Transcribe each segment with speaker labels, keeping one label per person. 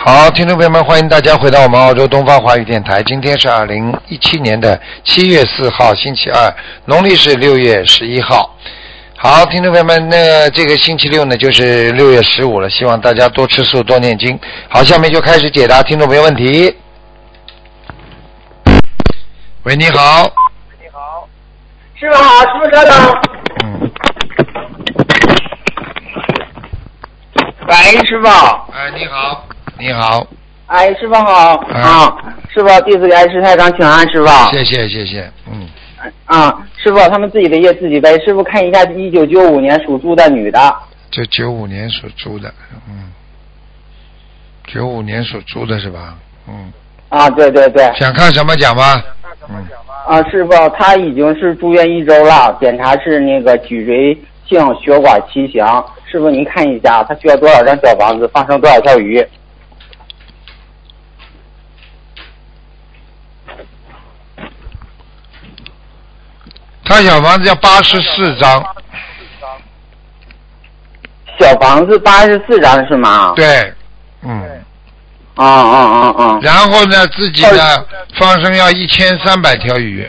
Speaker 1: 好，听众朋友们，欢迎大家回到我们澳洲东方华语电台。今天是二零一七年的七月四号，星期二，农历是六月十一号。好，听众朋友们，那这个星期六呢，就是六月十五了，希望大家多吃素，多念经。好，下面就开始解答听众朋友问题。喂，你好。
Speaker 2: 师傅好，师傅稍等。
Speaker 1: 嗯，
Speaker 2: 喂，师傅。
Speaker 1: 哎，你好。你好，
Speaker 2: 哎，师傅好。
Speaker 1: 哎
Speaker 2: 啊，师傅，弟子给爱师太长请安，师傅。
Speaker 1: 谢谢谢谢，嗯，
Speaker 2: 啊，师傅，他们自己的业自己背。师傅看一下，一九九五年属猪的女的，
Speaker 1: 这九五年属猪的，嗯，九五年属猪的是吧？嗯，
Speaker 2: 啊，对对对，
Speaker 1: 想看什么讲吗？嗯，
Speaker 2: 啊，师傅，她已经是住院一周了，检查是那个脊椎性血管畸形。师傅您看一下，她需要多少张小房子，放生多少条鱼？
Speaker 1: 他小房子要八十四张，
Speaker 2: 小房子八十四张是吗？。
Speaker 1: 对，嗯，
Speaker 2: 啊啊啊啊！
Speaker 1: 然后呢，自己呢放生要一千三百条鱼，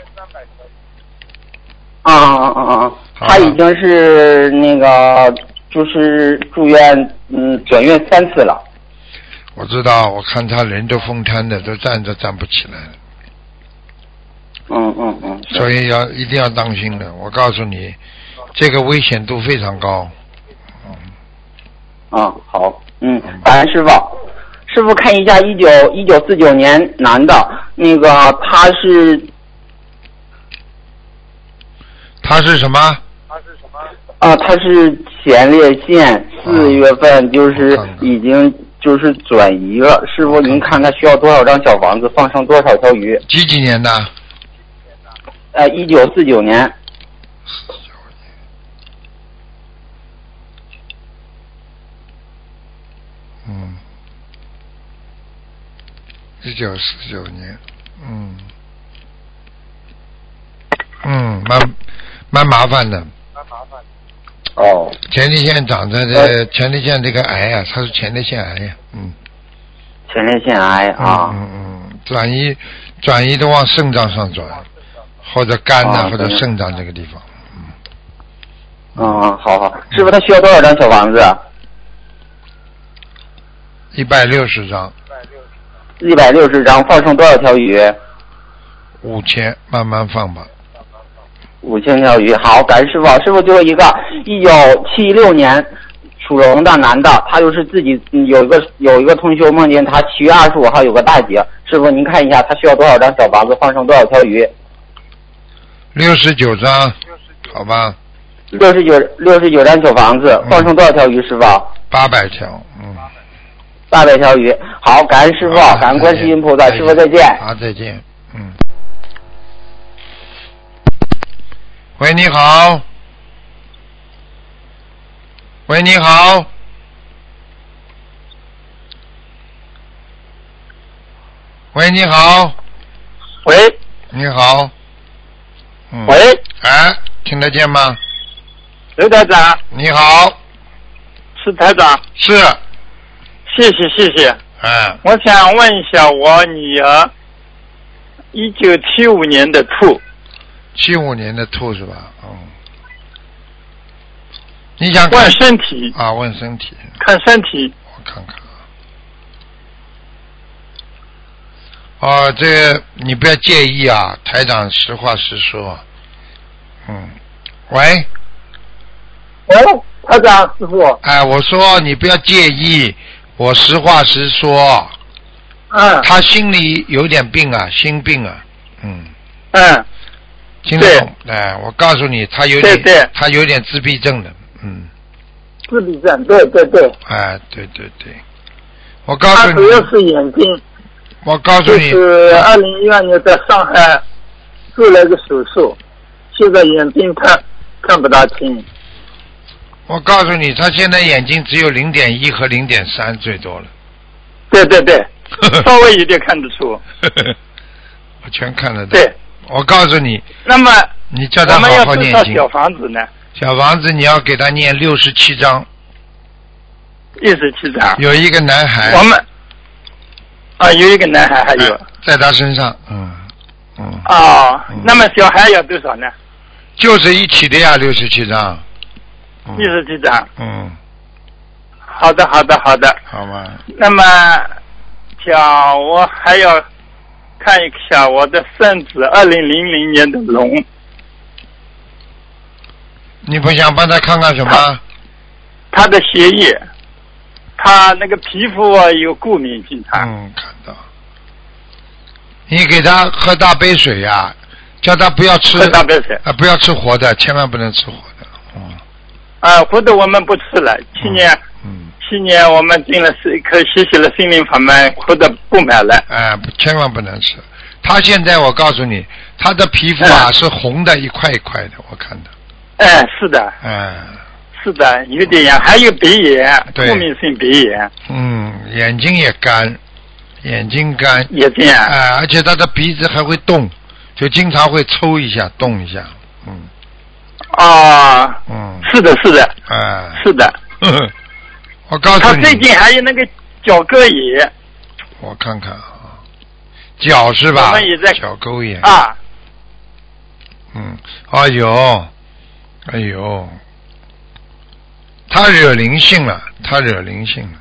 Speaker 2: 啊啊啊啊！
Speaker 1: 好
Speaker 2: 他已经是那个就是住院，嗯，转院三次了。
Speaker 1: 我知道，我看他人都疯瘫的，都站都站不起来了，
Speaker 2: 嗯嗯嗯，是
Speaker 1: 所以要一定要当心的。我告诉你，这个危险度非常高。嗯
Speaker 2: 啊，好，嗯，感恩师傅。师傅看一下一九一九四九年男的，那个他是
Speaker 1: 他是什么？
Speaker 2: 啊、他是前列腺四月份就是
Speaker 1: 啊我看看
Speaker 2: 已经就是转移了。师傅您看看需要多少张小房子，放生多少条鱼？
Speaker 1: 几几年的？
Speaker 2: 呃，一九四九年，
Speaker 1: 嗯，一九四九年，嗯，嗯，蛮蛮麻烦的。
Speaker 2: 哦，
Speaker 1: 前列腺长在这，前列腺这个癌啊，它是前列腺癌呀、嗯，
Speaker 2: 前列腺癌啊。
Speaker 1: 嗯嗯嗯，转移转移都往肾脏上转，或者肝呐、
Speaker 2: 啊
Speaker 1: 或者肾脏这个地方，
Speaker 2: 嗯，好好，师傅他需要多少张小房子？
Speaker 1: 一百六十张，
Speaker 2: 一百六十张，放生多少条鱼？
Speaker 1: 五千，慢慢放吧。
Speaker 2: 五千条鱼。好，感恩师傅。师傅最后一个，一九七六年属龙的男的，他就是自己嗯有一个有一个同修梦见他七月二十五号有个大劫。师傅您看一下，他需要多少张小房子，放生多少条鱼？
Speaker 1: 六十九张，好吧，
Speaker 2: 六十九六十九张小房子，放生多少条鱼？师傅，
Speaker 1: 八百条，嗯。
Speaker 2: 八百条鱼。好，感恩师傅，
Speaker 1: 好
Speaker 2: 感恩观世音菩萨，
Speaker 1: 再见
Speaker 2: 师傅再见。
Speaker 1: 好，啊再见。嗯。喂，你好。喂，你好。喂，你好，
Speaker 3: 喂
Speaker 1: 你好。嗯。。
Speaker 3: 喂，
Speaker 1: 哎，听得见吗？
Speaker 3: 刘台长，
Speaker 1: 你好，
Speaker 3: 是台长，
Speaker 1: 是，
Speaker 3: 谢谢谢谢。
Speaker 1: 哎，
Speaker 3: 我想问一下我女儿，一九七五年的兔，
Speaker 1: 七五年的兔是吧？嗯。你想看
Speaker 3: 问身体，
Speaker 1: 啊？问身体。
Speaker 3: 看身体，
Speaker 1: 我看看啊。哦，这个你不要介意啊，台长实话实说。嗯，喂，
Speaker 2: 喂，哦台长师傅
Speaker 1: 哎，我说你不要介意，我实话实说。
Speaker 3: 嗯
Speaker 1: 他心里有点病啊，心病啊，嗯，
Speaker 3: 嗯，
Speaker 1: 听得懂？哎，我告诉你，他有
Speaker 3: 对
Speaker 1: 点，
Speaker 3: 对
Speaker 1: 他有点自闭症的，嗯，
Speaker 3: 自闭症，对对对，
Speaker 1: 哎，对对对，我告
Speaker 3: 她
Speaker 1: 诉
Speaker 3: 主
Speaker 1: 你
Speaker 3: 要，是眼睛，
Speaker 1: 我告诉
Speaker 3: 就
Speaker 1: 你，
Speaker 3: 是二零一二年在上海做了个手术，现在眼睛看看不大清，
Speaker 1: 我告诉你，他现在眼睛只有零点一和零点三最多了，
Speaker 3: 对对 对， 稍微有点看得出，
Speaker 1: 我全看得到。
Speaker 3: 对，
Speaker 1: 我告诉你，
Speaker 3: 那么
Speaker 1: 你叫他
Speaker 3: 我们
Speaker 1: 好
Speaker 3: 要
Speaker 1: 好
Speaker 3: 多
Speaker 1: 念
Speaker 3: 少
Speaker 1: 经。
Speaker 3: 小房子呢？
Speaker 1: 小王子，你要给他念六十七章。
Speaker 3: 一十七张。
Speaker 1: 有一个男孩
Speaker 3: 我，们啊，有一个男
Speaker 1: 哎
Speaker 3: 孩还有
Speaker 1: 在他身上，嗯嗯，
Speaker 3: 啊
Speaker 1: 嗯，
Speaker 3: 那么小孩要多少呢？
Speaker 1: 就是一起的呀，六十七张，嗯
Speaker 3: 六十几张。
Speaker 1: 嗯，
Speaker 3: 好的，好的，好的。
Speaker 1: 好吗？
Speaker 3: 那么，讲我还要看一下我的孙子，二零零零年的龙，
Speaker 1: 你不想帮他看看什么？
Speaker 3: 啊他的血液，他那个皮肤啊有过敏，经常。
Speaker 1: 嗯，看到。你给他喝大杯水呀、叫他不要吃
Speaker 3: 喝大
Speaker 1: 啊、
Speaker 3: 白水
Speaker 1: 不要吃活的，千万不能吃活的。嗯
Speaker 3: 啊，活的我们不吃了。去年，
Speaker 1: 嗯，
Speaker 3: 去年我们进了是可学习了心灵法门，活的不买了。
Speaker 1: 哎、不千万不能吃。他现在我告诉你，他的皮肤啊、
Speaker 3: 嗯
Speaker 1: 是红的，一块一块的，我看到。
Speaker 3: 哎，是的，
Speaker 1: 哎、
Speaker 3: 是的，有点痒，还有鼻炎，
Speaker 1: 对
Speaker 3: 过敏性鼻炎
Speaker 1: 嗯，眼睛也干，眼睛干，
Speaker 3: 也这样。
Speaker 1: 哎、而且他的鼻子还会动，就经常会抽一下，动一下。嗯
Speaker 3: 啊，
Speaker 1: 嗯，
Speaker 3: 是的，是的，
Speaker 1: 哎、
Speaker 3: 是的。
Speaker 1: 呵呵 我告诉
Speaker 3: 他
Speaker 1: 你。
Speaker 3: 最近还有那个脚哥也
Speaker 1: 我看看啊，脚是吧？
Speaker 3: 我们也在
Speaker 1: 脚沟炎。
Speaker 3: 啊，
Speaker 1: 嗯，哎呦，哎呦，他惹灵性了，他惹灵性了。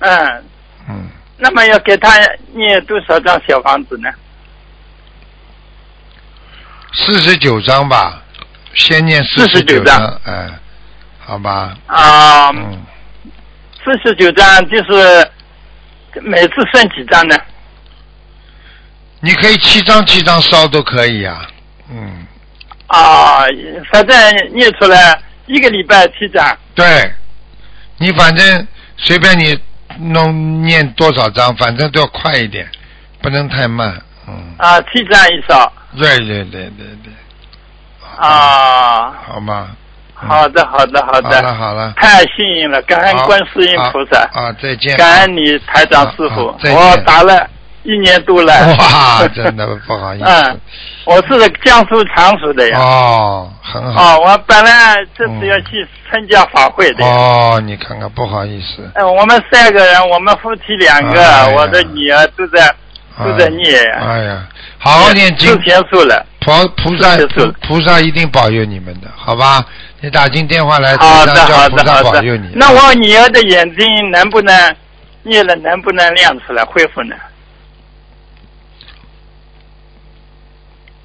Speaker 3: 嗯，
Speaker 1: 嗯，
Speaker 3: 那么要给他念多少张小房子呢？
Speaker 1: 四十九章吧，先念十
Speaker 3: 49
Speaker 1: 章
Speaker 3: 章，
Speaker 1: 哎，好吧，
Speaker 3: 啊，
Speaker 1: 嗯，
Speaker 3: 四十九张，就是每次剩几张呢？
Speaker 1: 你可以七张七张烧都可以啊，嗯，
Speaker 3: 啊，反正念出来一个礼拜七张。
Speaker 1: 对，你反正随便你弄念多少章，反正都要快一点，不能太慢，嗯。
Speaker 3: 啊，七张以上
Speaker 1: 对对对对对。
Speaker 3: 啊，
Speaker 1: 好吗？嗯
Speaker 3: 好的，好的，好
Speaker 1: 好了
Speaker 3: 的，
Speaker 1: 好了。
Speaker 3: 太幸运了，感恩
Speaker 1: 好
Speaker 3: 观世音菩萨，
Speaker 1: 好啊，再见。
Speaker 3: 感恩你台长师傅，
Speaker 1: 好好再见
Speaker 3: 我打了一年多了，
Speaker 1: 哇，真的不好 意思
Speaker 3: 嗯。，我是江苏常熟的呀。
Speaker 1: 哦，很好。
Speaker 3: 哦，我本来这次要去参加法会的。
Speaker 1: 哦，你看看，不好意思。
Speaker 3: 嗯，我们三个人，我们夫妻两个，
Speaker 1: 哎呀
Speaker 3: 我的女儿都在都在念。
Speaker 1: 哎呀，好好念经
Speaker 3: 之，前说了。
Speaker 1: 菩菩萨
Speaker 3: 是是是
Speaker 1: 菩萨一定保佑你们的，好吧？你打进电话来，菩
Speaker 3: 好的，
Speaker 1: 萨
Speaker 3: 好
Speaker 1: 叫菩
Speaker 3: 的，
Speaker 1: 萨
Speaker 3: 好
Speaker 1: 保
Speaker 3: 的
Speaker 1: 佑你。。
Speaker 3: 那我女儿的眼睛能不能念了，能不能亮出来恢复呢？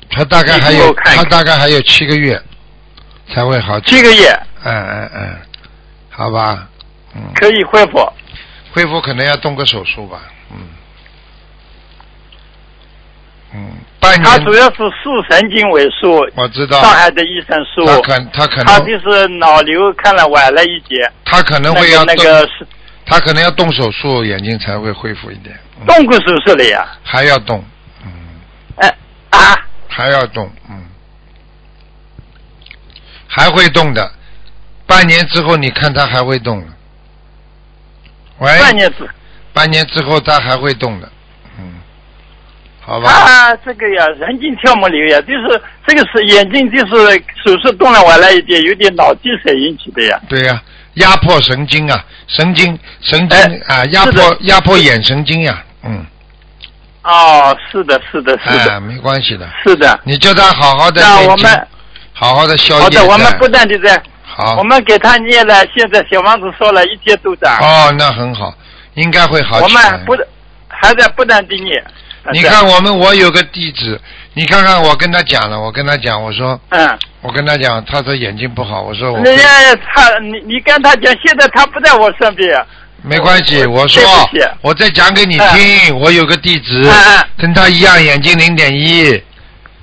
Speaker 1: 他大概还
Speaker 3: 你给
Speaker 1: 有
Speaker 3: 我看一
Speaker 1: 他
Speaker 3: 看
Speaker 1: 大概还有七个月才会好起来。
Speaker 3: 七个月
Speaker 1: 嗯嗯嗯，好吧。嗯。
Speaker 3: 可以恢复。
Speaker 1: 恢复可能要动个手术吧，嗯，嗯，半
Speaker 3: 她主
Speaker 1: 年
Speaker 3: 要是视神经萎缩，
Speaker 1: 我知道
Speaker 3: 上，海的医生说，
Speaker 1: 他可他可
Speaker 3: 她
Speaker 1: 能
Speaker 3: 就是脑瘤看了晚了一截，
Speaker 1: 他可能
Speaker 3: 那
Speaker 1: 会要
Speaker 3: 个那
Speaker 1: 动，
Speaker 3: 个是
Speaker 1: 他可能要动手术，眼睛才会恢复一点，嗯
Speaker 3: 动过手术了呀。
Speaker 1: 还要动，嗯，
Speaker 3: 哎啊，
Speaker 1: 还要动，嗯，还会动的，半年之后你看他还会动了，喂，
Speaker 3: 半年子，
Speaker 1: 半年之后他还会动的，嗯，好吧。
Speaker 3: 他啊这个呀，神经跳膜瘤呀，就是这个是眼睛就是手术动了晚了一点，有点脑积水引起的呀。
Speaker 1: 对呀、压迫神经啊，神经神经、
Speaker 3: 哎
Speaker 1: 啊，压
Speaker 3: 是的
Speaker 1: 迫压迫眼神经呀、嗯，
Speaker 3: 哦，是的，是的，是的，
Speaker 1: 哎，没关系的，
Speaker 3: 是的。
Speaker 1: 你叫他好好的
Speaker 3: 那我
Speaker 1: 念经，
Speaker 3: 们
Speaker 1: 好好的消
Speaker 3: 好
Speaker 1: 业
Speaker 3: 的，
Speaker 1: 障
Speaker 3: 我们不断的在，
Speaker 1: 好
Speaker 3: 我们给他念了，现在小王子说了一千多张，
Speaker 1: 哦，那很好，应该会好
Speaker 3: 我
Speaker 1: 起来
Speaker 3: 们。不还在不断的念。
Speaker 1: 你
Speaker 3: 啊是
Speaker 1: 看，我们我有个弟子，你看看我跟他讲了，我跟他讲，我说
Speaker 3: 嗯，
Speaker 1: 我跟他讲，他说眼睛不好，我说我
Speaker 3: 人家他你你跟他讲，现在他不在我身边，
Speaker 1: 没关系，
Speaker 3: 我
Speaker 1: 我说
Speaker 3: 对不起啊
Speaker 1: 我再讲给你听，我有个弟子
Speaker 3: 嗯嗯
Speaker 1: 跟他一样，眼睛零点一，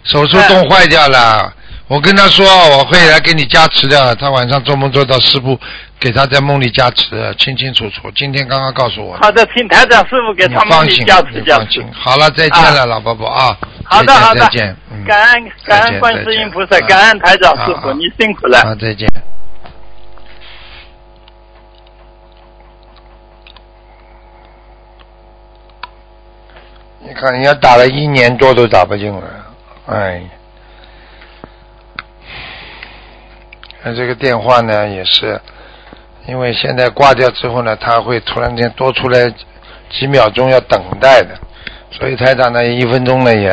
Speaker 1: 手
Speaker 3: 啊
Speaker 1: 术冻坏掉了。我跟他说我会来给你加持的，他晚上做梦做到师傅给他在梦里加持，清清楚楚。今天刚刚告诉我，
Speaker 3: 好的，请台长师傅给
Speaker 1: 你
Speaker 3: 他
Speaker 1: 放
Speaker 3: 们
Speaker 1: 心，
Speaker 3: 加持
Speaker 1: 你
Speaker 3: 加
Speaker 1: 放
Speaker 3: 持
Speaker 1: 心。。好了，再见了，老伯伯啊，
Speaker 3: 好的
Speaker 1: 再见
Speaker 3: 好的
Speaker 1: 再见，嗯，
Speaker 3: 感恩感恩观世音菩萨，感恩台长师
Speaker 1: 啊啊
Speaker 3: 傅，你辛苦了。
Speaker 1: 好，再见。你看，人家打了一年多都打不进来，哎，那这个电话呢，也是，因为现在挂掉之后呢，它会突然间多出来几秒钟要等待的，所以台长呢一分钟呢也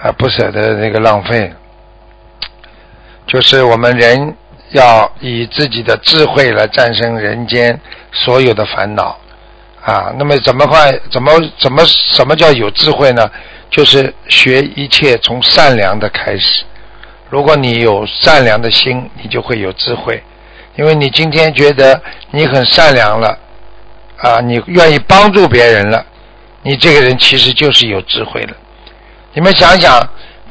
Speaker 1: 啊不舍得那个浪费，就是我们人要以自己的智慧来战胜人间所有的烦恼啊。那么怎么快怎么怎么什么叫有智慧呢？就是学一切从善良的开始。如果你有善良的心，你就会有智慧，因为你今天觉得你很善良了，啊，你愿意帮助别人了，你这个人其实就是有智慧了。你们想想，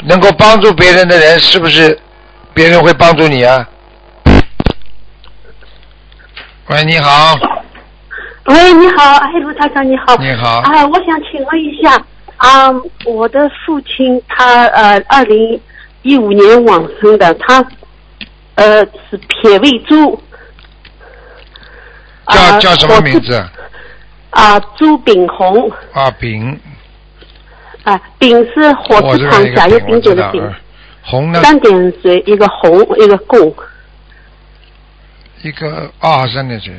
Speaker 1: 能够帮助别人的人，是不是别人会帮助你啊？喂，你好，
Speaker 4: 喂，你好，哎，卢台长，你好。
Speaker 1: 你好
Speaker 4: 啊，我想请问一下，啊，我的父亲他呃，二零一五年往生的，他呃是撇胃猪。
Speaker 1: 叫
Speaker 4: 啊
Speaker 1: 叫什么名？字？
Speaker 4: 我啊，朱炳红
Speaker 1: 啊，丙，
Speaker 4: 啊，炳是火
Speaker 1: 我
Speaker 4: 字
Speaker 1: 这
Speaker 4: 旁
Speaker 1: 边一
Speaker 4: 甲
Speaker 1: 个
Speaker 4: 乙
Speaker 1: 丙，我
Speaker 4: 丙
Speaker 1: 知
Speaker 4: 丁的
Speaker 1: 道。
Speaker 4: 丙
Speaker 1: 嗯，红呢？
Speaker 4: 三点水一个红一个共。
Speaker 1: 一个二三点水，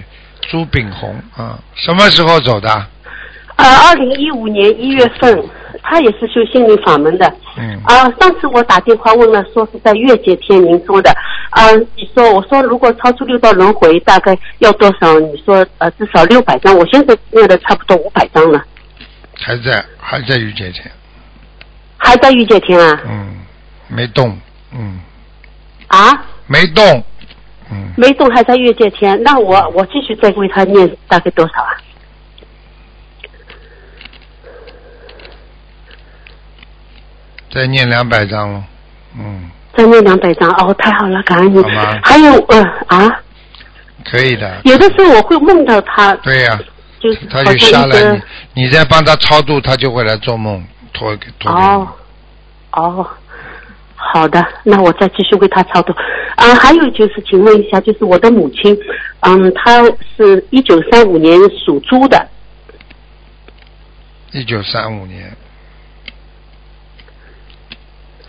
Speaker 1: 朱炳红啊，什么时候走的？
Speaker 4: 呃，二零一五年一月份，他也是修心灵法门的。
Speaker 1: 嗯
Speaker 4: 啊、上次我打电话问了，说是在月结天，您说的。啊、你说我说如果超出六道轮回，大概要多少？你说呃，至少六百张。我现在念了差不多五百张了，
Speaker 1: 还在还在于姐姐，
Speaker 4: 还在月结天啊？
Speaker 1: 嗯，没动，嗯，
Speaker 4: 啊，
Speaker 1: 没动，嗯，
Speaker 4: 没动，还在月结天。那我我继续再为他念大概多少啊？
Speaker 1: 再念两百张了，嗯，
Speaker 4: 再念两百张哦，太好了，感恩你
Speaker 1: 好吗。
Speaker 4: 还有呃啊，
Speaker 1: 可以的，
Speaker 4: 有的时候我会梦到他，
Speaker 1: 对呀、
Speaker 4: 就是
Speaker 1: 他
Speaker 4: 好像
Speaker 1: 就下
Speaker 4: 一个
Speaker 1: 来，你你再帮他超度，他就会来做梦，托给托给你。
Speaker 4: 哦，哦，好的，那我再继续为他操作。啊、还有就是，请问一下，就是我的母亲，嗯，她是一九三五年属猪的，
Speaker 1: 一九三五年，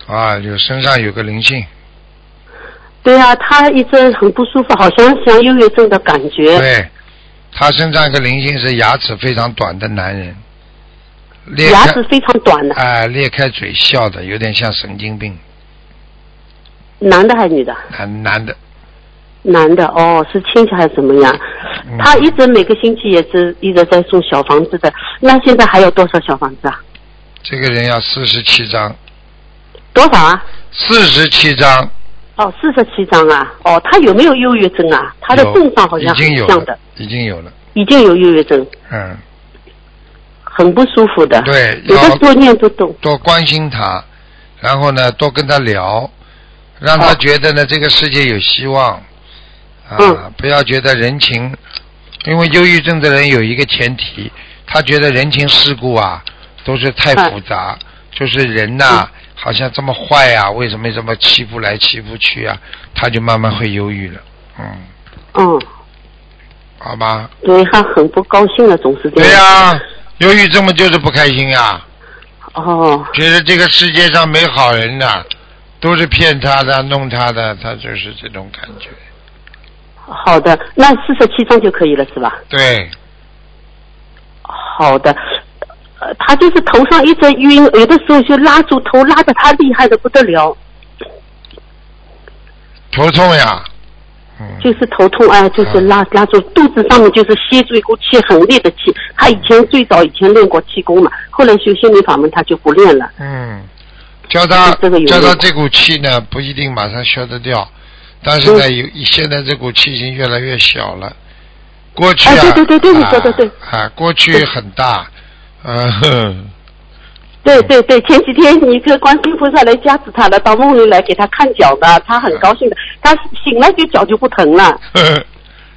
Speaker 1: 啊，有身上有个灵性，
Speaker 4: 对啊，她一直很不舒服，好像像忧郁症的感觉。
Speaker 1: 对，他身上一个灵性是牙齿非常短的男人，裂
Speaker 4: 牙
Speaker 1: 开
Speaker 4: 齿非常短的，
Speaker 1: 哎、裂开嘴笑的，有点像神经病，
Speaker 4: 男的还是女的？
Speaker 1: 男男的，
Speaker 4: 男的哦，是亲戚还是怎么样
Speaker 1: 嗯？
Speaker 4: 他一直每个星期也是一直在送小房子的，那现在还有多少小房子啊？
Speaker 1: 这个人要四十七张，
Speaker 4: 多少啊？
Speaker 1: 四十七张，
Speaker 4: 哦，四十七张啊！哦，他有没有忧郁症啊？他的
Speaker 1: 有
Speaker 4: 症状好像
Speaker 1: 已经有
Speaker 4: 很像的
Speaker 1: 了，，已经有了，
Speaker 4: 已经有忧郁症，
Speaker 1: 嗯，
Speaker 4: 很不舒服的。
Speaker 1: 对
Speaker 4: 有的
Speaker 1: 要
Speaker 4: 时候念不懂。
Speaker 1: 多关心他，然后呢，多跟他聊，让他
Speaker 4: 哦
Speaker 1: 觉得呢这个世界有希望，啊，
Speaker 4: 嗯
Speaker 1: 不要觉得人情，因为忧郁症的人有一个前提，他觉得人情世故啊都是太
Speaker 4: 嗯
Speaker 1: 复杂，就是人呐、好像这么坏呀、为什么这么欺负来欺负去啊？他就慢慢会忧郁了，嗯，
Speaker 4: 嗯，
Speaker 1: 好吗？
Speaker 4: 对他很不高兴了，总是这
Speaker 1: 对
Speaker 4: 样。
Speaker 1: 呀、忧郁症嘛就是不开心啊呀、
Speaker 4: 哦，
Speaker 1: 觉得这个世界上没好人呐、都是骗他的、弄他的，他就是这种感觉。
Speaker 4: 好的，那四十七张就可以了，是吧？
Speaker 1: 对，
Speaker 4: 好的。呃，他就是头上一直晕，有的时候就拉住头，拉的他厉害的不得了，
Speaker 1: 头痛呀，嗯，
Speaker 4: 就是头痛，哎，就是拉拉住肚子上面就是吸住一股气，很烈的气。他以前最早以前练过气功嘛，后来修心理法门他就不练了。
Speaker 1: 嗯，叫他
Speaker 4: 就是这个有
Speaker 1: 叫他
Speaker 4: 用
Speaker 1: 这股气呢，不一定马上消得掉，但是呢，有现在这股气已经越来越小了。过去啊，
Speaker 4: 哎对对对对
Speaker 1: 啊
Speaker 4: 你说得对
Speaker 1: 啊，过去很大，呃， 哼
Speaker 4: 对
Speaker 1: 嗯
Speaker 4: 对对，前几天你这观世音菩萨来加持他了，到梦里来给他看脚的，他很高兴的，他醒来就脚就不疼了。哦
Speaker 1: 呵呵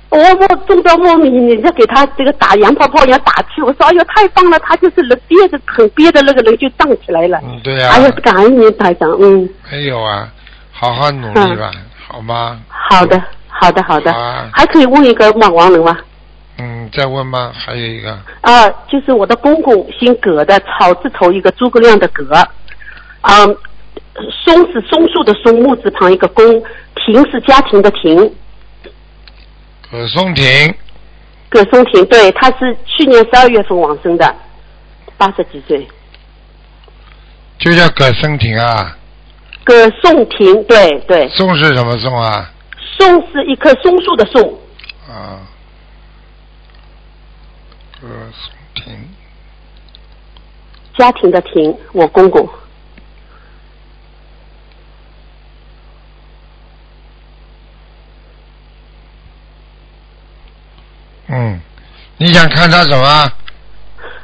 Speaker 4: 我我中到梦里，你再给他这个打洋泡泡一样打气，我说哎呦太棒了，他就是人憋着很憋的那个人就胀起来了。
Speaker 1: 嗯，对呀、
Speaker 4: 哎呀，感恩您台长，嗯，
Speaker 1: 没有啊，好好努力吧，好吗？
Speaker 4: 好的好的好的，
Speaker 1: 好啊
Speaker 4: 还可以问一个网王人吗？
Speaker 1: 嗯，再问吗？还有一个，
Speaker 4: 啊，就是我的公公姓葛的，草字头一个诸葛亮的葛，啊，松是松树的松，木字旁一个公，庭是家庭的庭，
Speaker 1: 葛松亭，
Speaker 4: 葛松婷，对，她是去年十二月份往生的，八十几岁。
Speaker 1: 就叫葛森婷啊，
Speaker 4: 葛松婷，对对，
Speaker 1: 宋是什么宋啊？
Speaker 4: 松是一棵松树的松，
Speaker 1: 啊，葛松婷，
Speaker 4: 家庭的庭，我公公。
Speaker 1: 嗯，你想看他什么？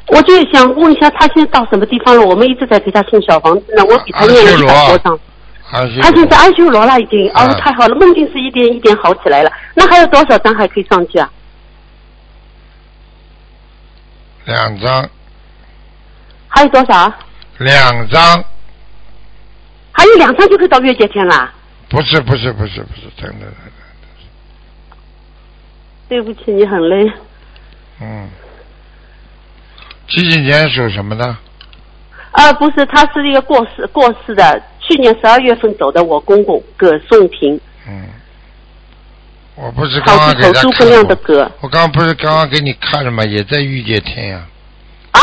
Speaker 4: 我就想问一下，他现在到什么地方了？我们一直在给他送小房子呢，我给他
Speaker 1: 阿
Speaker 4: 念了
Speaker 1: 修
Speaker 4: 一
Speaker 1: 罗
Speaker 4: 百多张。
Speaker 1: 还是
Speaker 4: 他现在安修罗了，已经哦
Speaker 1: 嗯啊，
Speaker 4: 太好了，梦境是一点一点好起来了。那还有多少张还可以上去啊？
Speaker 1: 两张，
Speaker 4: 还有多少啊？
Speaker 1: 两张，
Speaker 4: 还有两张就可以到月界天啦。
Speaker 1: 不是不是不是不是，等等等等，
Speaker 4: 对不起，你很累。
Speaker 1: 嗯，几几年属什么的？
Speaker 4: 啊，不是，他是一个过世过世的，去年十二月份走的，我公公葛颂平，
Speaker 1: 嗯，我不是刚
Speaker 4: 草
Speaker 1: 刚
Speaker 4: 字
Speaker 1: 给
Speaker 4: 头
Speaker 1: 他
Speaker 4: 诸葛
Speaker 1: 看
Speaker 4: 亮的
Speaker 1: 过
Speaker 4: 葛
Speaker 1: 我刚刚不是刚刚给你看了吗？也在御界天呀、
Speaker 4: 啊，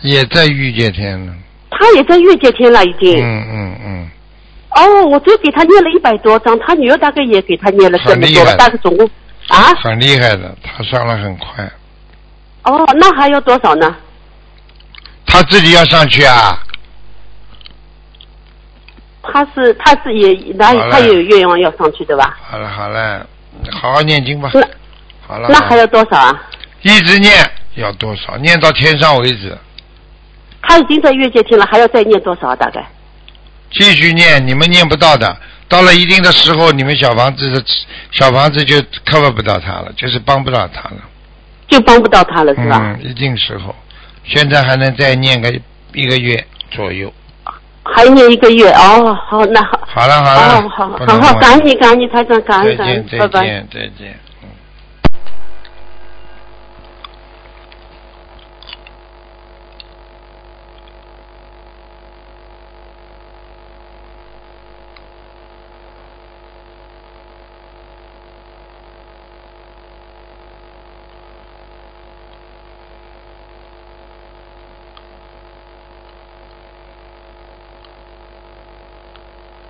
Speaker 1: 也在御界天呢。
Speaker 4: 他也在月界天了已经。
Speaker 1: 嗯嗯嗯，
Speaker 4: 哦，我就给他念了一百多张，他女儿大概也给他念了这么
Speaker 1: 很厉
Speaker 4: 多
Speaker 1: 害
Speaker 4: 了，大概总共啊，
Speaker 1: 很厉害的，他上来很快，
Speaker 4: 哦，那还要多少呢？
Speaker 1: 他自己要上去啊。
Speaker 4: 他是他是也哪有
Speaker 1: 好嘞
Speaker 4: 他也有愿望要上去对吧？
Speaker 1: 好了好了，好好念经吧。
Speaker 4: 那
Speaker 1: 好了，
Speaker 4: 那
Speaker 1: 好
Speaker 4: 还
Speaker 1: 了
Speaker 4: 要多少啊？
Speaker 1: 一直念，要多少？念到天上为止，
Speaker 4: 他已经在越界天了，还要再念多少啊？大概
Speaker 1: 继续念，你们念不到的。到了一定的时候，你们小房子的小房子就 cover 不到他了，就是帮不到他了。
Speaker 4: 就帮不到他了是吧？
Speaker 1: 嗯，一定时候，现在还能再念个一个月左右。
Speaker 4: 还念一个月哦，好那好。
Speaker 1: 好了好了，
Speaker 4: 哦，好，
Speaker 1: 不
Speaker 4: 好
Speaker 1: 能
Speaker 4: 好，
Speaker 1: 问
Speaker 4: 感恩你，感恩你，台长，感
Speaker 1: 再
Speaker 4: 恩，感恩
Speaker 1: 见，再，
Speaker 4: 拜拜。
Speaker 1: 见，再见。嗯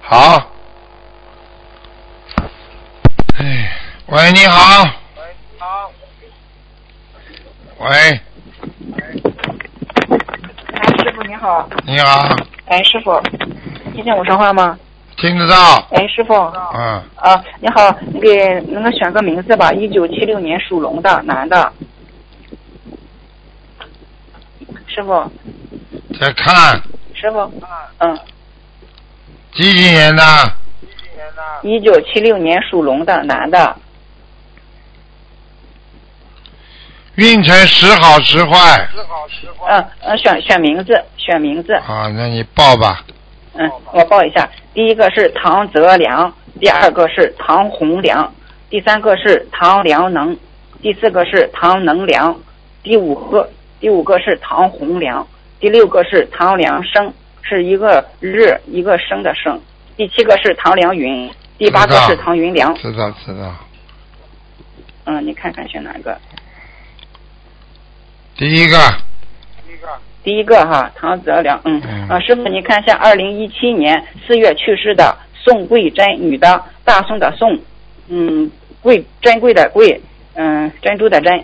Speaker 1: 好，哎，喂，你好。喂，
Speaker 5: 哎，师傅你好，
Speaker 1: 你好，
Speaker 5: 哎，师傅，听见我说话吗？
Speaker 1: 听得到？
Speaker 5: 哎，师傅，
Speaker 1: 嗯，
Speaker 5: 啊，你好，你给能够选个名字吧？一九七六年属龙的男的。师傅，
Speaker 1: 在看
Speaker 5: 师傅，嗯，
Speaker 1: 几几年的？
Speaker 5: 一九七六年属龙的男的，
Speaker 1: 运程时好时坏
Speaker 5: 嗯嗯，选选名字，选名字，
Speaker 1: 啊，那你报吧。
Speaker 5: 嗯，我报一下，第一个是唐泽良，第二个是唐洪良，第三个是唐良能，第四个是唐能良，第五个第五个是唐洪良，第六个是唐良生，是一个日一个生的生，第七个是唐良云，第八
Speaker 1: 知
Speaker 5: 个
Speaker 1: 道
Speaker 5: 是唐云良，
Speaker 1: 知道知道，
Speaker 5: 嗯，你看看选哪个？
Speaker 1: 第一个
Speaker 5: 第一个哈，唐泽良，嗯，
Speaker 1: 嗯
Speaker 5: 啊，师傅，你看一下，二零一七年四月去世的宋桂珍，女的，大宋的宋，嗯，贵珍贵的贵，嗯，珍珠的珍。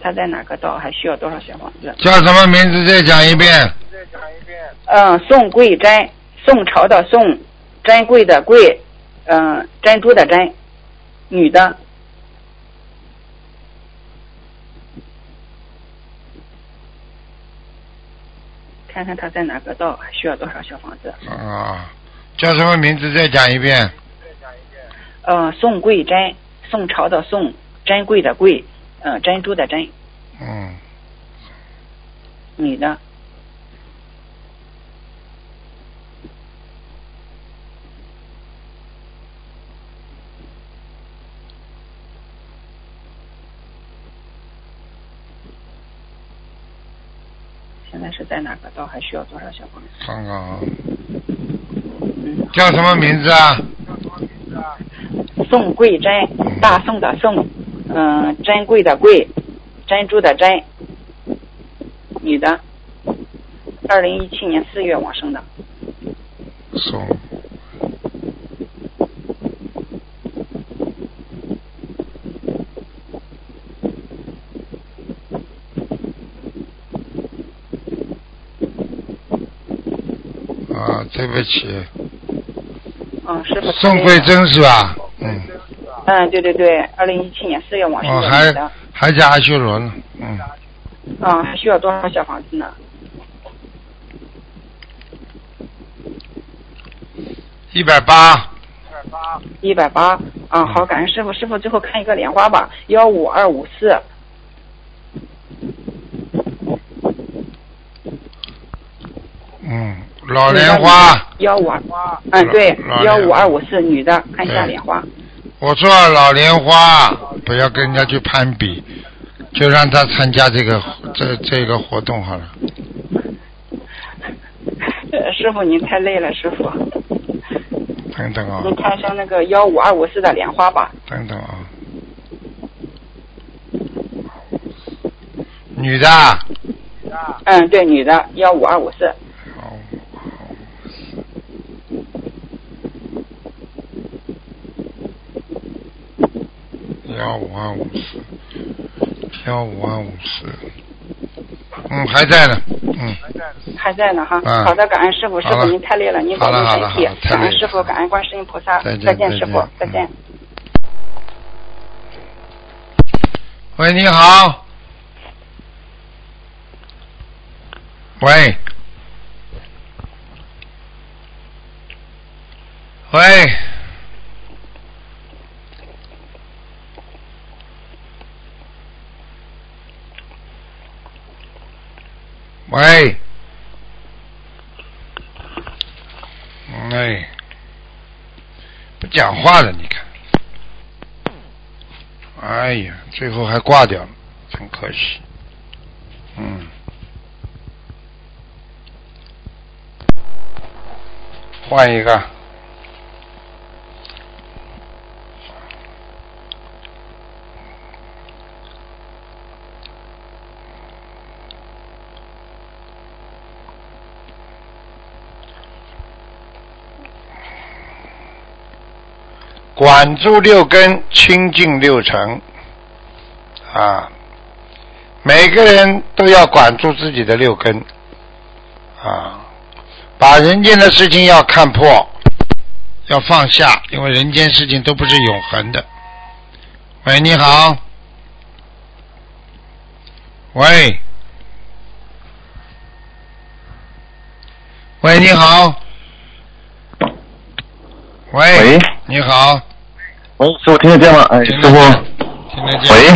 Speaker 5: 他在哪个道？还需要多少小房子？
Speaker 1: 叫什么名字？再讲一遍。
Speaker 5: 嗯，宋桂珍，宋朝的宋，珍贵的贵，嗯，珍珠的珍，女的，看看她在哪个道，还需要多少小房子？
Speaker 1: 啊，叫什么名字？再讲一遍。
Speaker 5: 呃，宋桂珍，宋朝的宋，珍贵的贵，嗯，珍珠的珍，
Speaker 1: 嗯，
Speaker 5: 女的。现在是在哪个道？还需要多少小朋友？
Speaker 1: 看看啊，
Speaker 5: 嗯，
Speaker 1: 叫什么名字啊？
Speaker 5: 宋贵珍，大宋的宋，嗯、珍贵的贵，珍珠的珍，女的，二零一七年四月往生的，
Speaker 1: 宋。啊，对不起，
Speaker 5: 嗯，师傅。
Speaker 1: 宋桂。珍是吧？嗯，
Speaker 5: 嗯，对对对，二零一七年四月往生
Speaker 1: 我
Speaker 5: 的
Speaker 1: 哦还
Speaker 5: 女的，
Speaker 1: 还加阿修罗呢，嗯，
Speaker 5: 嗯，还需要多少小房子呢？
Speaker 1: 一百八，
Speaker 5: 一百八啊，
Speaker 1: 嗯
Speaker 5: 好，感恩师傅。师傅最后看一个莲花吧，幺五二五四，
Speaker 1: 嗯，老莲花，
Speaker 5: 幺五二，嗯，对，幺
Speaker 1: 老
Speaker 5: 五二五四，女的，看一下莲花。
Speaker 1: 我说老莲花，不要跟人家去攀比，就让他参加这个这这个活动好了。
Speaker 5: 呃师傅您太累了，师傅，
Speaker 1: 哦等等啊、
Speaker 5: 您看一下那个幺五二五四的莲花吧。
Speaker 1: 等等啊、女的啊，
Speaker 5: 嗯，对，女的，幺五二五四。
Speaker 1: 好，好幺五二五四，幺五二五四，嗯，还在呢，嗯，
Speaker 5: 还在呢哈。
Speaker 1: 嗯
Speaker 5: 好的，感恩师傅，师
Speaker 1: 好
Speaker 5: 傅
Speaker 1: 了
Speaker 5: 您太累了，您
Speaker 1: 好
Speaker 5: 保
Speaker 1: 了
Speaker 5: 重身
Speaker 1: 好了
Speaker 5: 体
Speaker 1: 好了。太累
Speaker 5: 感恩
Speaker 1: 了
Speaker 5: 师傅，感恩观世音菩萨。
Speaker 1: 再见
Speaker 5: 见，
Speaker 1: 再
Speaker 5: 师傅
Speaker 1: 见，
Speaker 5: 再见
Speaker 1: 嗯。喂，你好，喂，喂，喂，嗯哎，不讲话了，你看。哎呀，最后还挂掉了，真可惜。嗯。换一个。管住六根，清净六尘。啊，每个人都要管住自己的六根。啊，把人间的事情要看破，要放下，因为人间事情都不是永恒的。喂，你好。喂。喂，你好。喂。
Speaker 6: 喂
Speaker 1: 你好，
Speaker 6: 喂，师傅听得见吗？哎，师
Speaker 1: 听得
Speaker 6: 傅，
Speaker 1: 见听得见。
Speaker 6: 喂，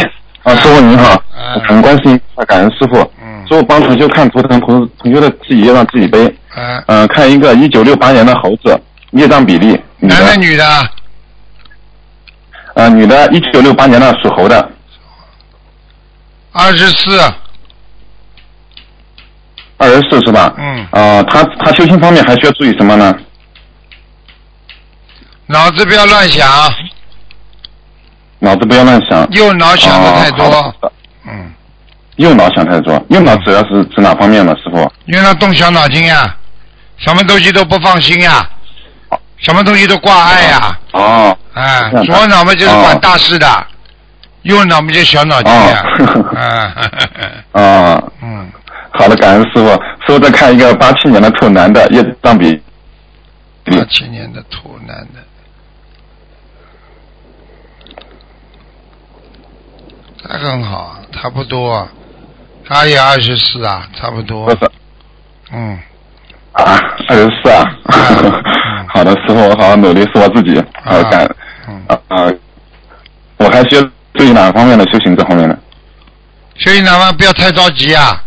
Speaker 6: 啊，师傅您好，
Speaker 1: 嗯
Speaker 6: 感恩观世音菩萨，感恩师傅，
Speaker 1: 嗯
Speaker 6: 师傅帮同修看图腾，同同修的自己业障自己背，
Speaker 1: 啊，
Speaker 6: 嗯、看一个一九六八年的猴子，业障比例，女
Speaker 1: 男的
Speaker 6: 的，
Speaker 1: 女的？
Speaker 6: 呃，女的，一九六八年的属猴的，
Speaker 1: 二十四，
Speaker 6: 二十四是吧？
Speaker 1: 嗯
Speaker 6: 呃，她她修心方面还需要注意什么呢？
Speaker 1: 脑子不要乱想，
Speaker 6: 脑子不要乱想，
Speaker 1: 右脑想的太
Speaker 6: 哦
Speaker 1: 多
Speaker 6: 好，的
Speaker 1: 嗯，
Speaker 6: 右脑想太多，右脑主要是指哪方面呢？师傅？
Speaker 1: 因为他动小脑筋呀，什么东西都不放心呀，什么东西都挂碍呀，
Speaker 6: 哦，
Speaker 1: 哎
Speaker 6: 这样，的
Speaker 1: 左脑嘛就是管
Speaker 6: 哦
Speaker 1: 大事的，右脑嘛就是小脑筋呀
Speaker 6: 哦，
Speaker 1: 啊，呵呵 呵
Speaker 6: 啊、
Speaker 1: 嗯，
Speaker 6: 好的，感恩师傅。师傅再看一个八七年的兔男的业障比例
Speaker 1: 八，啊七年的兔男的。他很好啊，他不多啊，他也二十四啊，差不多
Speaker 6: 不。是
Speaker 1: 嗯，
Speaker 6: 啊，二十四啊
Speaker 1: 嗯。 啊
Speaker 6: 好的，师傅，我好好努力，是我自己。好的，感
Speaker 1: 嗯，
Speaker 6: 啊啊，我还需要注意哪方面的修行这方面的？
Speaker 1: 所以呢，嘛不要太着急啊。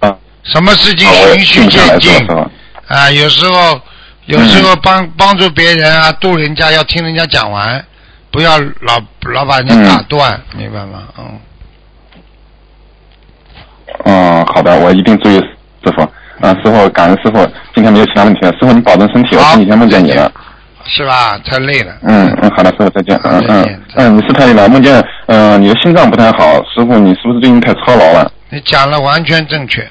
Speaker 6: 啊。
Speaker 1: 什么事情
Speaker 6: 啊我也
Speaker 1: 循序
Speaker 6: 静下
Speaker 1: 渐
Speaker 6: 来做
Speaker 1: 进
Speaker 6: 是吧？嗯
Speaker 1: 啊，有时候有时候帮、帮助别人啊，度人家要听人家讲完，不要老老把人家打断，明白吗？嗯，
Speaker 6: 嗯，好的，我一定注意，师傅。啊，师傅，感恩师傅。今天没有其他问题了，师傅你保重身体，我
Speaker 1: 好
Speaker 6: 前几天梦见你了。
Speaker 1: 是吧？太累了。
Speaker 6: 嗯嗯，好的，师傅再见。嗯
Speaker 1: 再
Speaker 6: 嗯
Speaker 1: 见
Speaker 6: 嗯，你是太累了，梦见嗯、呃你的心脏不太好，师傅你是不是最近太操劳了？
Speaker 1: 你讲了完全正确，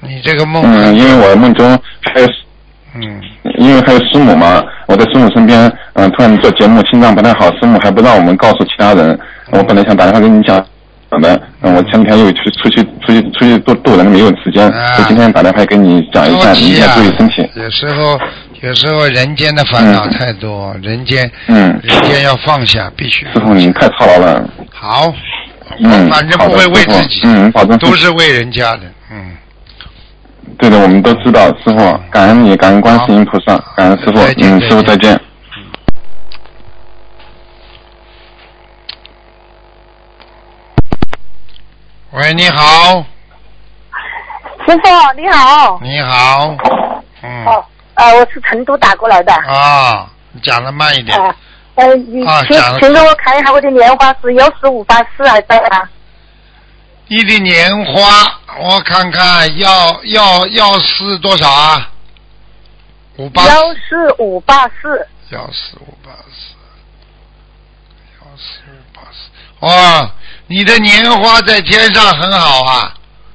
Speaker 1: 你这个梦啊
Speaker 6: 嗯，因为我梦中还有
Speaker 1: 嗯
Speaker 6: 因为还有师母嘛，我在师母身边，嗯、突然做节目心脏不太好，师母还不让我们告诉其他人。
Speaker 1: 嗯
Speaker 6: 我本来想打电话跟你讲的，嗯，我前几天又去出去出去出去做渡人，没有时间，
Speaker 1: 啊
Speaker 6: 所以今天打电话跟你讲一下，
Speaker 1: 着
Speaker 6: 你一
Speaker 1: 急
Speaker 6: 定要
Speaker 1: 啊
Speaker 6: 注意身体。！
Speaker 1: 有时候，有时候人间的烦恼
Speaker 6: 嗯
Speaker 1: 太多，人间，
Speaker 6: 嗯
Speaker 1: 人间要放下，必须
Speaker 6: 师傅，你太操劳了，
Speaker 1: 好，
Speaker 6: 嗯，
Speaker 1: 哎反正
Speaker 6: 好
Speaker 1: 不
Speaker 6: 的，
Speaker 1: 会
Speaker 6: 师
Speaker 1: 为
Speaker 6: 傅
Speaker 1: 自己，
Speaker 6: 嗯，保重身
Speaker 1: 都
Speaker 6: 体。
Speaker 1: 是为人家的，嗯，
Speaker 6: 对的，我们都知道，师傅，感恩你，感恩观世音菩萨，感恩师傅，
Speaker 1: 再见
Speaker 6: 嗯，师傅
Speaker 1: 再见
Speaker 6: 再见。
Speaker 1: 喂，你好，
Speaker 7: 师傅你好，
Speaker 1: 你好，嗯，
Speaker 7: 哦，呃，我是成都打过来的，啊、
Speaker 1: 啊，你讲的慢一点，
Speaker 7: 呃，你
Speaker 1: 啊
Speaker 7: 请
Speaker 1: 讲了
Speaker 7: 请给我看一下我的莲花是有十五八四还是多少？
Speaker 1: 一粒莲花，我看看要要要是多少啊？五八
Speaker 7: 幺四五八四，
Speaker 1: 幺四五八四，幺四五八四。哦，你的年花在天上很好啊，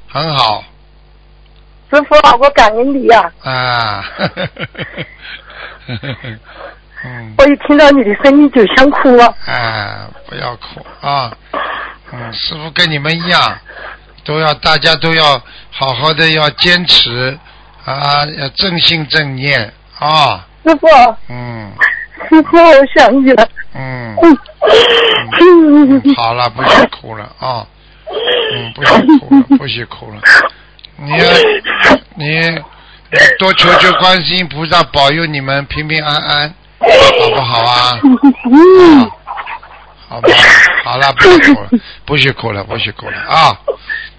Speaker 1: 很好
Speaker 7: 师傅，我感恩你啊！
Speaker 1: 啊。 嗯
Speaker 7: 我一听到你的声音就想哭啊！
Speaker 1: 啊，不要哭啊。嗯，师傅跟你们一样，都要大家都要好好的要坚持啊，要正信正念啊。
Speaker 7: 师傅，
Speaker 1: 嗯
Speaker 7: 师傅，我想你了。
Speaker 1: 嗯。
Speaker 7: 嗯嗯
Speaker 1: 嗯好了，不许哭了啊、嗯，不许哭 了，不许哭了。你要你你多求求观世音菩萨保佑你们平平安安，好不好啊？
Speaker 7: 嗯，
Speaker 1: 好吧，好了，不许哭了，不许哭了，不许哭了啊！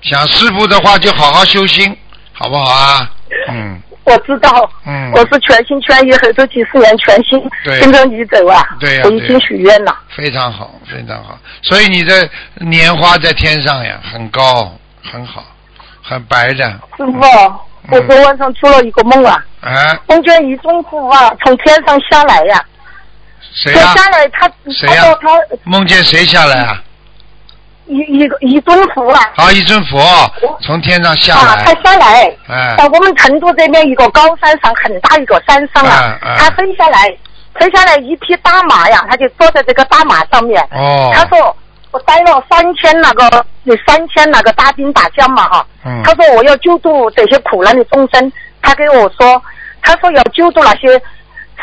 Speaker 1: 想师傅的话就好好修心，好不好啊？嗯
Speaker 7: 我知道，
Speaker 1: 嗯，
Speaker 7: 我是全心全意，很多几十年全心
Speaker 1: 对
Speaker 7: 跟着你走啊！
Speaker 1: 对呀
Speaker 7: 我
Speaker 1: 对
Speaker 7: 已
Speaker 1: 呀
Speaker 7: 经许愿了。
Speaker 1: 非常好，非常好。所以你的莲花在天上呀，很高，很好，很白的。
Speaker 7: 师傅，
Speaker 1: 嗯
Speaker 7: 我昨晚上做了一个梦啊，
Speaker 1: 啊，
Speaker 7: 梦见一尊佛啊从天上下来呀、
Speaker 1: 谁
Speaker 7: 他
Speaker 1: 呀、
Speaker 7: 下来他
Speaker 1: 谁
Speaker 7: 他
Speaker 1: 呀
Speaker 7: 到他
Speaker 1: 梦见谁下来啊？
Speaker 7: 一一个一尊佛啊，
Speaker 1: 啊，一尊佛从天上下
Speaker 7: 啊，他
Speaker 1: 来，
Speaker 7: 下来。
Speaker 1: 哎
Speaker 7: 在，我们成都这边一个高山上，很大一个山上啊，
Speaker 1: 嗯嗯
Speaker 7: 他飞下来，飞下来一匹大马呀，他就坐在这个大马上面。
Speaker 1: 哦，
Speaker 7: 他说我待了三千那个三千那个大兵打将嘛哈，
Speaker 1: 嗯
Speaker 7: 他说我要救度这些苦难的众生，他给我说，他说要救度那些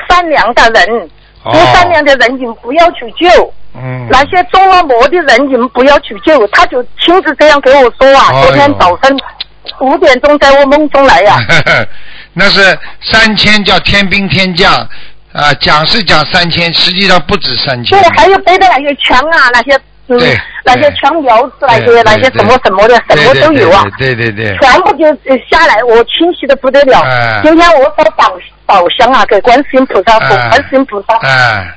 Speaker 7: 善良的人，
Speaker 1: 哦
Speaker 7: 不善良的人你们不要去救。
Speaker 1: 嗯，
Speaker 7: 那些中了魔的人，你们不要去救。他就亲自这样给我说啊，
Speaker 1: 哎呦
Speaker 7: 昨天早晨五点钟在我梦中来啊呀、
Speaker 1: 那是三千叫天兵天将啊，讲是讲三千，实际上不止三
Speaker 7: 对
Speaker 1: 千。，
Speaker 7: 还有背的那些枪啊，那些嗯
Speaker 1: 嗯对，
Speaker 7: 那些
Speaker 1: 对
Speaker 7: 枪苗子，那
Speaker 1: 对
Speaker 7: 些那些
Speaker 1: 对
Speaker 7: 什么什么的，什
Speaker 1: 对
Speaker 7: 么
Speaker 1: 对
Speaker 7: 都有啊。
Speaker 1: 对对对对，
Speaker 7: 全部就呃下来，我清晰的不得了。
Speaker 1: 哎
Speaker 7: 今天我烧宝宝香啊，给观世音菩萨说，
Speaker 1: 哎
Speaker 7: 观世音菩萨、
Speaker 1: 哎，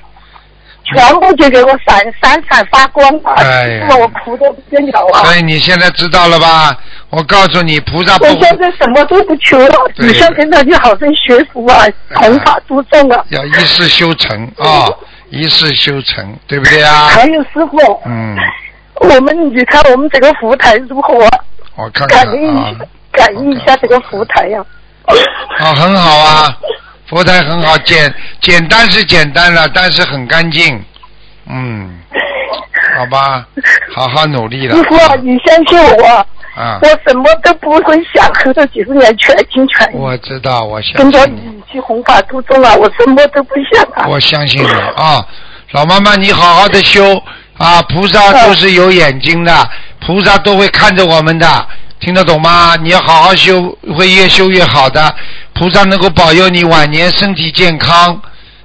Speaker 7: 全部就给我闪闪闪发光啊！
Speaker 1: 哎呀
Speaker 7: 让我哭的不得了啊！
Speaker 1: 所以你现在知道了吧？我告诉你，菩萨不
Speaker 7: 我现在什么都不求了，
Speaker 1: 对哎
Speaker 7: 只想跟他去好生学佛啊，弘法度众啊。
Speaker 1: 要一世修成啊、一世修成，对不对啊？
Speaker 7: 还有师傅，
Speaker 1: 嗯，
Speaker 7: 我们你看我们这个佛台如何？
Speaker 1: 我看
Speaker 7: 感
Speaker 1: 看
Speaker 7: 应一
Speaker 1: 啊
Speaker 7: 下，，感应一下这个佛台呀、
Speaker 1: 啊，很好 啊，佛台很好，简简单是简单了，但是很干净，嗯，好吧，好好努力了
Speaker 7: 师傅啊，你相信我啊，
Speaker 1: 啊
Speaker 7: 我！什么都不会想，合着几十年全心全意
Speaker 1: 我知道，我相
Speaker 7: 跟着
Speaker 1: 信你，
Speaker 7: 你去弘法度众啊，我什么都不想啊。
Speaker 1: 我相信你啊！老妈妈，你好好的修啊！菩萨
Speaker 7: 嗯
Speaker 1: 都是有眼睛的，菩萨都会看着我们的，听得懂吗？你要好好修，会越修越好的。菩萨能够保佑你晚年身体健康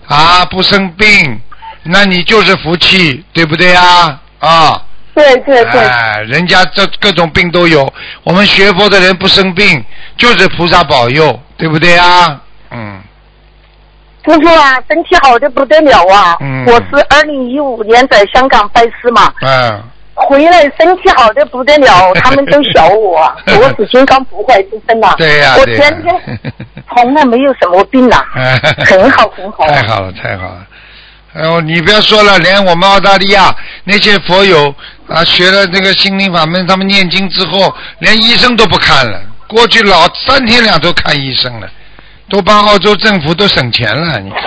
Speaker 1: 啊，不生病，那你就是福气，对不对啊？啊！
Speaker 7: 对对对，
Speaker 1: 哎，人家这各种病都有，我们学佛的人不生病，就是菩萨保佑，对不对啊？嗯，
Speaker 7: 师傅啊，身体好的不得了啊！
Speaker 1: 嗯
Speaker 7: 我是二零一五年在香港拜师嘛，
Speaker 1: 哎，
Speaker 7: 回来身体好的不 得了，他们都笑我，我是金刚不坏之身呐、啊
Speaker 1: 对呀、
Speaker 7: 我
Speaker 1: 对
Speaker 7: 天
Speaker 1: 呀、，
Speaker 7: 天红了，没有什么病了 很好很好。啊
Speaker 1: 太好了，太好了。哎呦，你不要说了，连我们澳大利亚那些佛友啊，学了这个心灵法门，他们念经之后，连医生都不看了。过去老三天两头看医生了，都帮澳洲政府都省钱了，你看，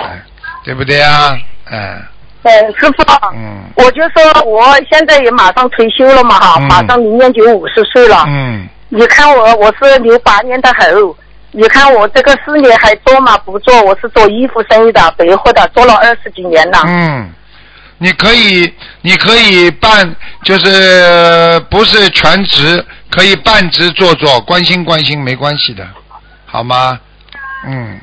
Speaker 1: 对不对啊？嗯
Speaker 7: 嗯，师傅，
Speaker 1: 嗯
Speaker 7: 我就说我现在也马上退休了嘛哈，
Speaker 1: 嗯
Speaker 7: 马上明年就五十岁了。
Speaker 1: 嗯，
Speaker 7: 你看我我是六八年的猴，你看我这个事业还做吗？不做，我是做衣服生意的，百货的，做了二十几年了。
Speaker 1: 嗯，你可以，你可以半，就是呃不是全职，可以半职做做，关心关心没关系的，好吗？嗯，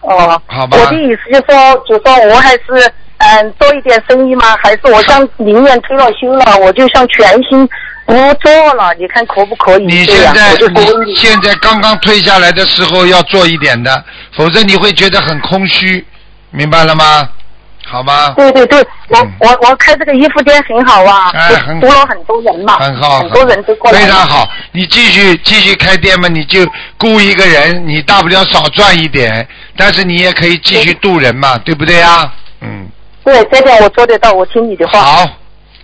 Speaker 7: 哦，
Speaker 1: 好吧
Speaker 7: 我的意思就是说，就说我还是嗯做一点生意吗？还是我像宁愿退了休了，我就想全心不做了？你看可不可以？
Speaker 1: 你
Speaker 7: 这
Speaker 1: 现
Speaker 7: 样
Speaker 1: 在
Speaker 7: 我就说
Speaker 1: 你现在刚刚退下来的时候要做一点的，否则你会觉得很空虚，明白了吗？好吗？
Speaker 7: 对对对，我、
Speaker 1: 嗯
Speaker 7: 我我开这个衣服店很好啊，
Speaker 1: 哎
Speaker 7: 就
Speaker 1: 很
Speaker 7: 多了很多人嘛，
Speaker 1: 很好，
Speaker 7: 多人都过来，
Speaker 1: 非常。好。你继续继续开店嘛，你就雇一个人，你大不了少赚一点，但是你也可以继续渡人嘛，对不对啊？嗯，
Speaker 7: 对，这点我做得到，我听你的话。
Speaker 1: 好，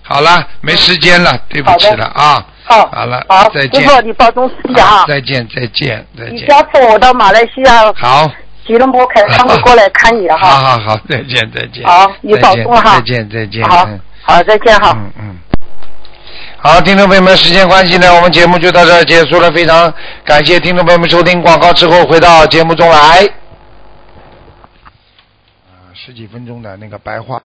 Speaker 1: 好了，没时间了，对不起了啊。
Speaker 7: 好
Speaker 1: 好了
Speaker 7: 好，
Speaker 1: 再
Speaker 7: 师
Speaker 1: 见
Speaker 7: 傅你保重身体啊
Speaker 1: 好！再见，再见，再
Speaker 7: 你
Speaker 1: 见。
Speaker 7: 下次我到马来西亚
Speaker 1: 好，
Speaker 7: 吉隆坡开商会过来看你了
Speaker 1: 好
Speaker 7: 哈。
Speaker 1: 好好，再见，再见。
Speaker 7: 好你
Speaker 1: 再
Speaker 7: 保
Speaker 1: 见
Speaker 7: 重哈
Speaker 1: 再见，再见。
Speaker 7: 好
Speaker 1: 嗯，
Speaker 7: 好，再见哈。
Speaker 1: 嗯嗯。好，听众朋友们，时间关系呢，我们节目就到这儿结束了。非常感谢听众朋友们收听广告之后回到节目中来。啊，十几分钟的那个白话。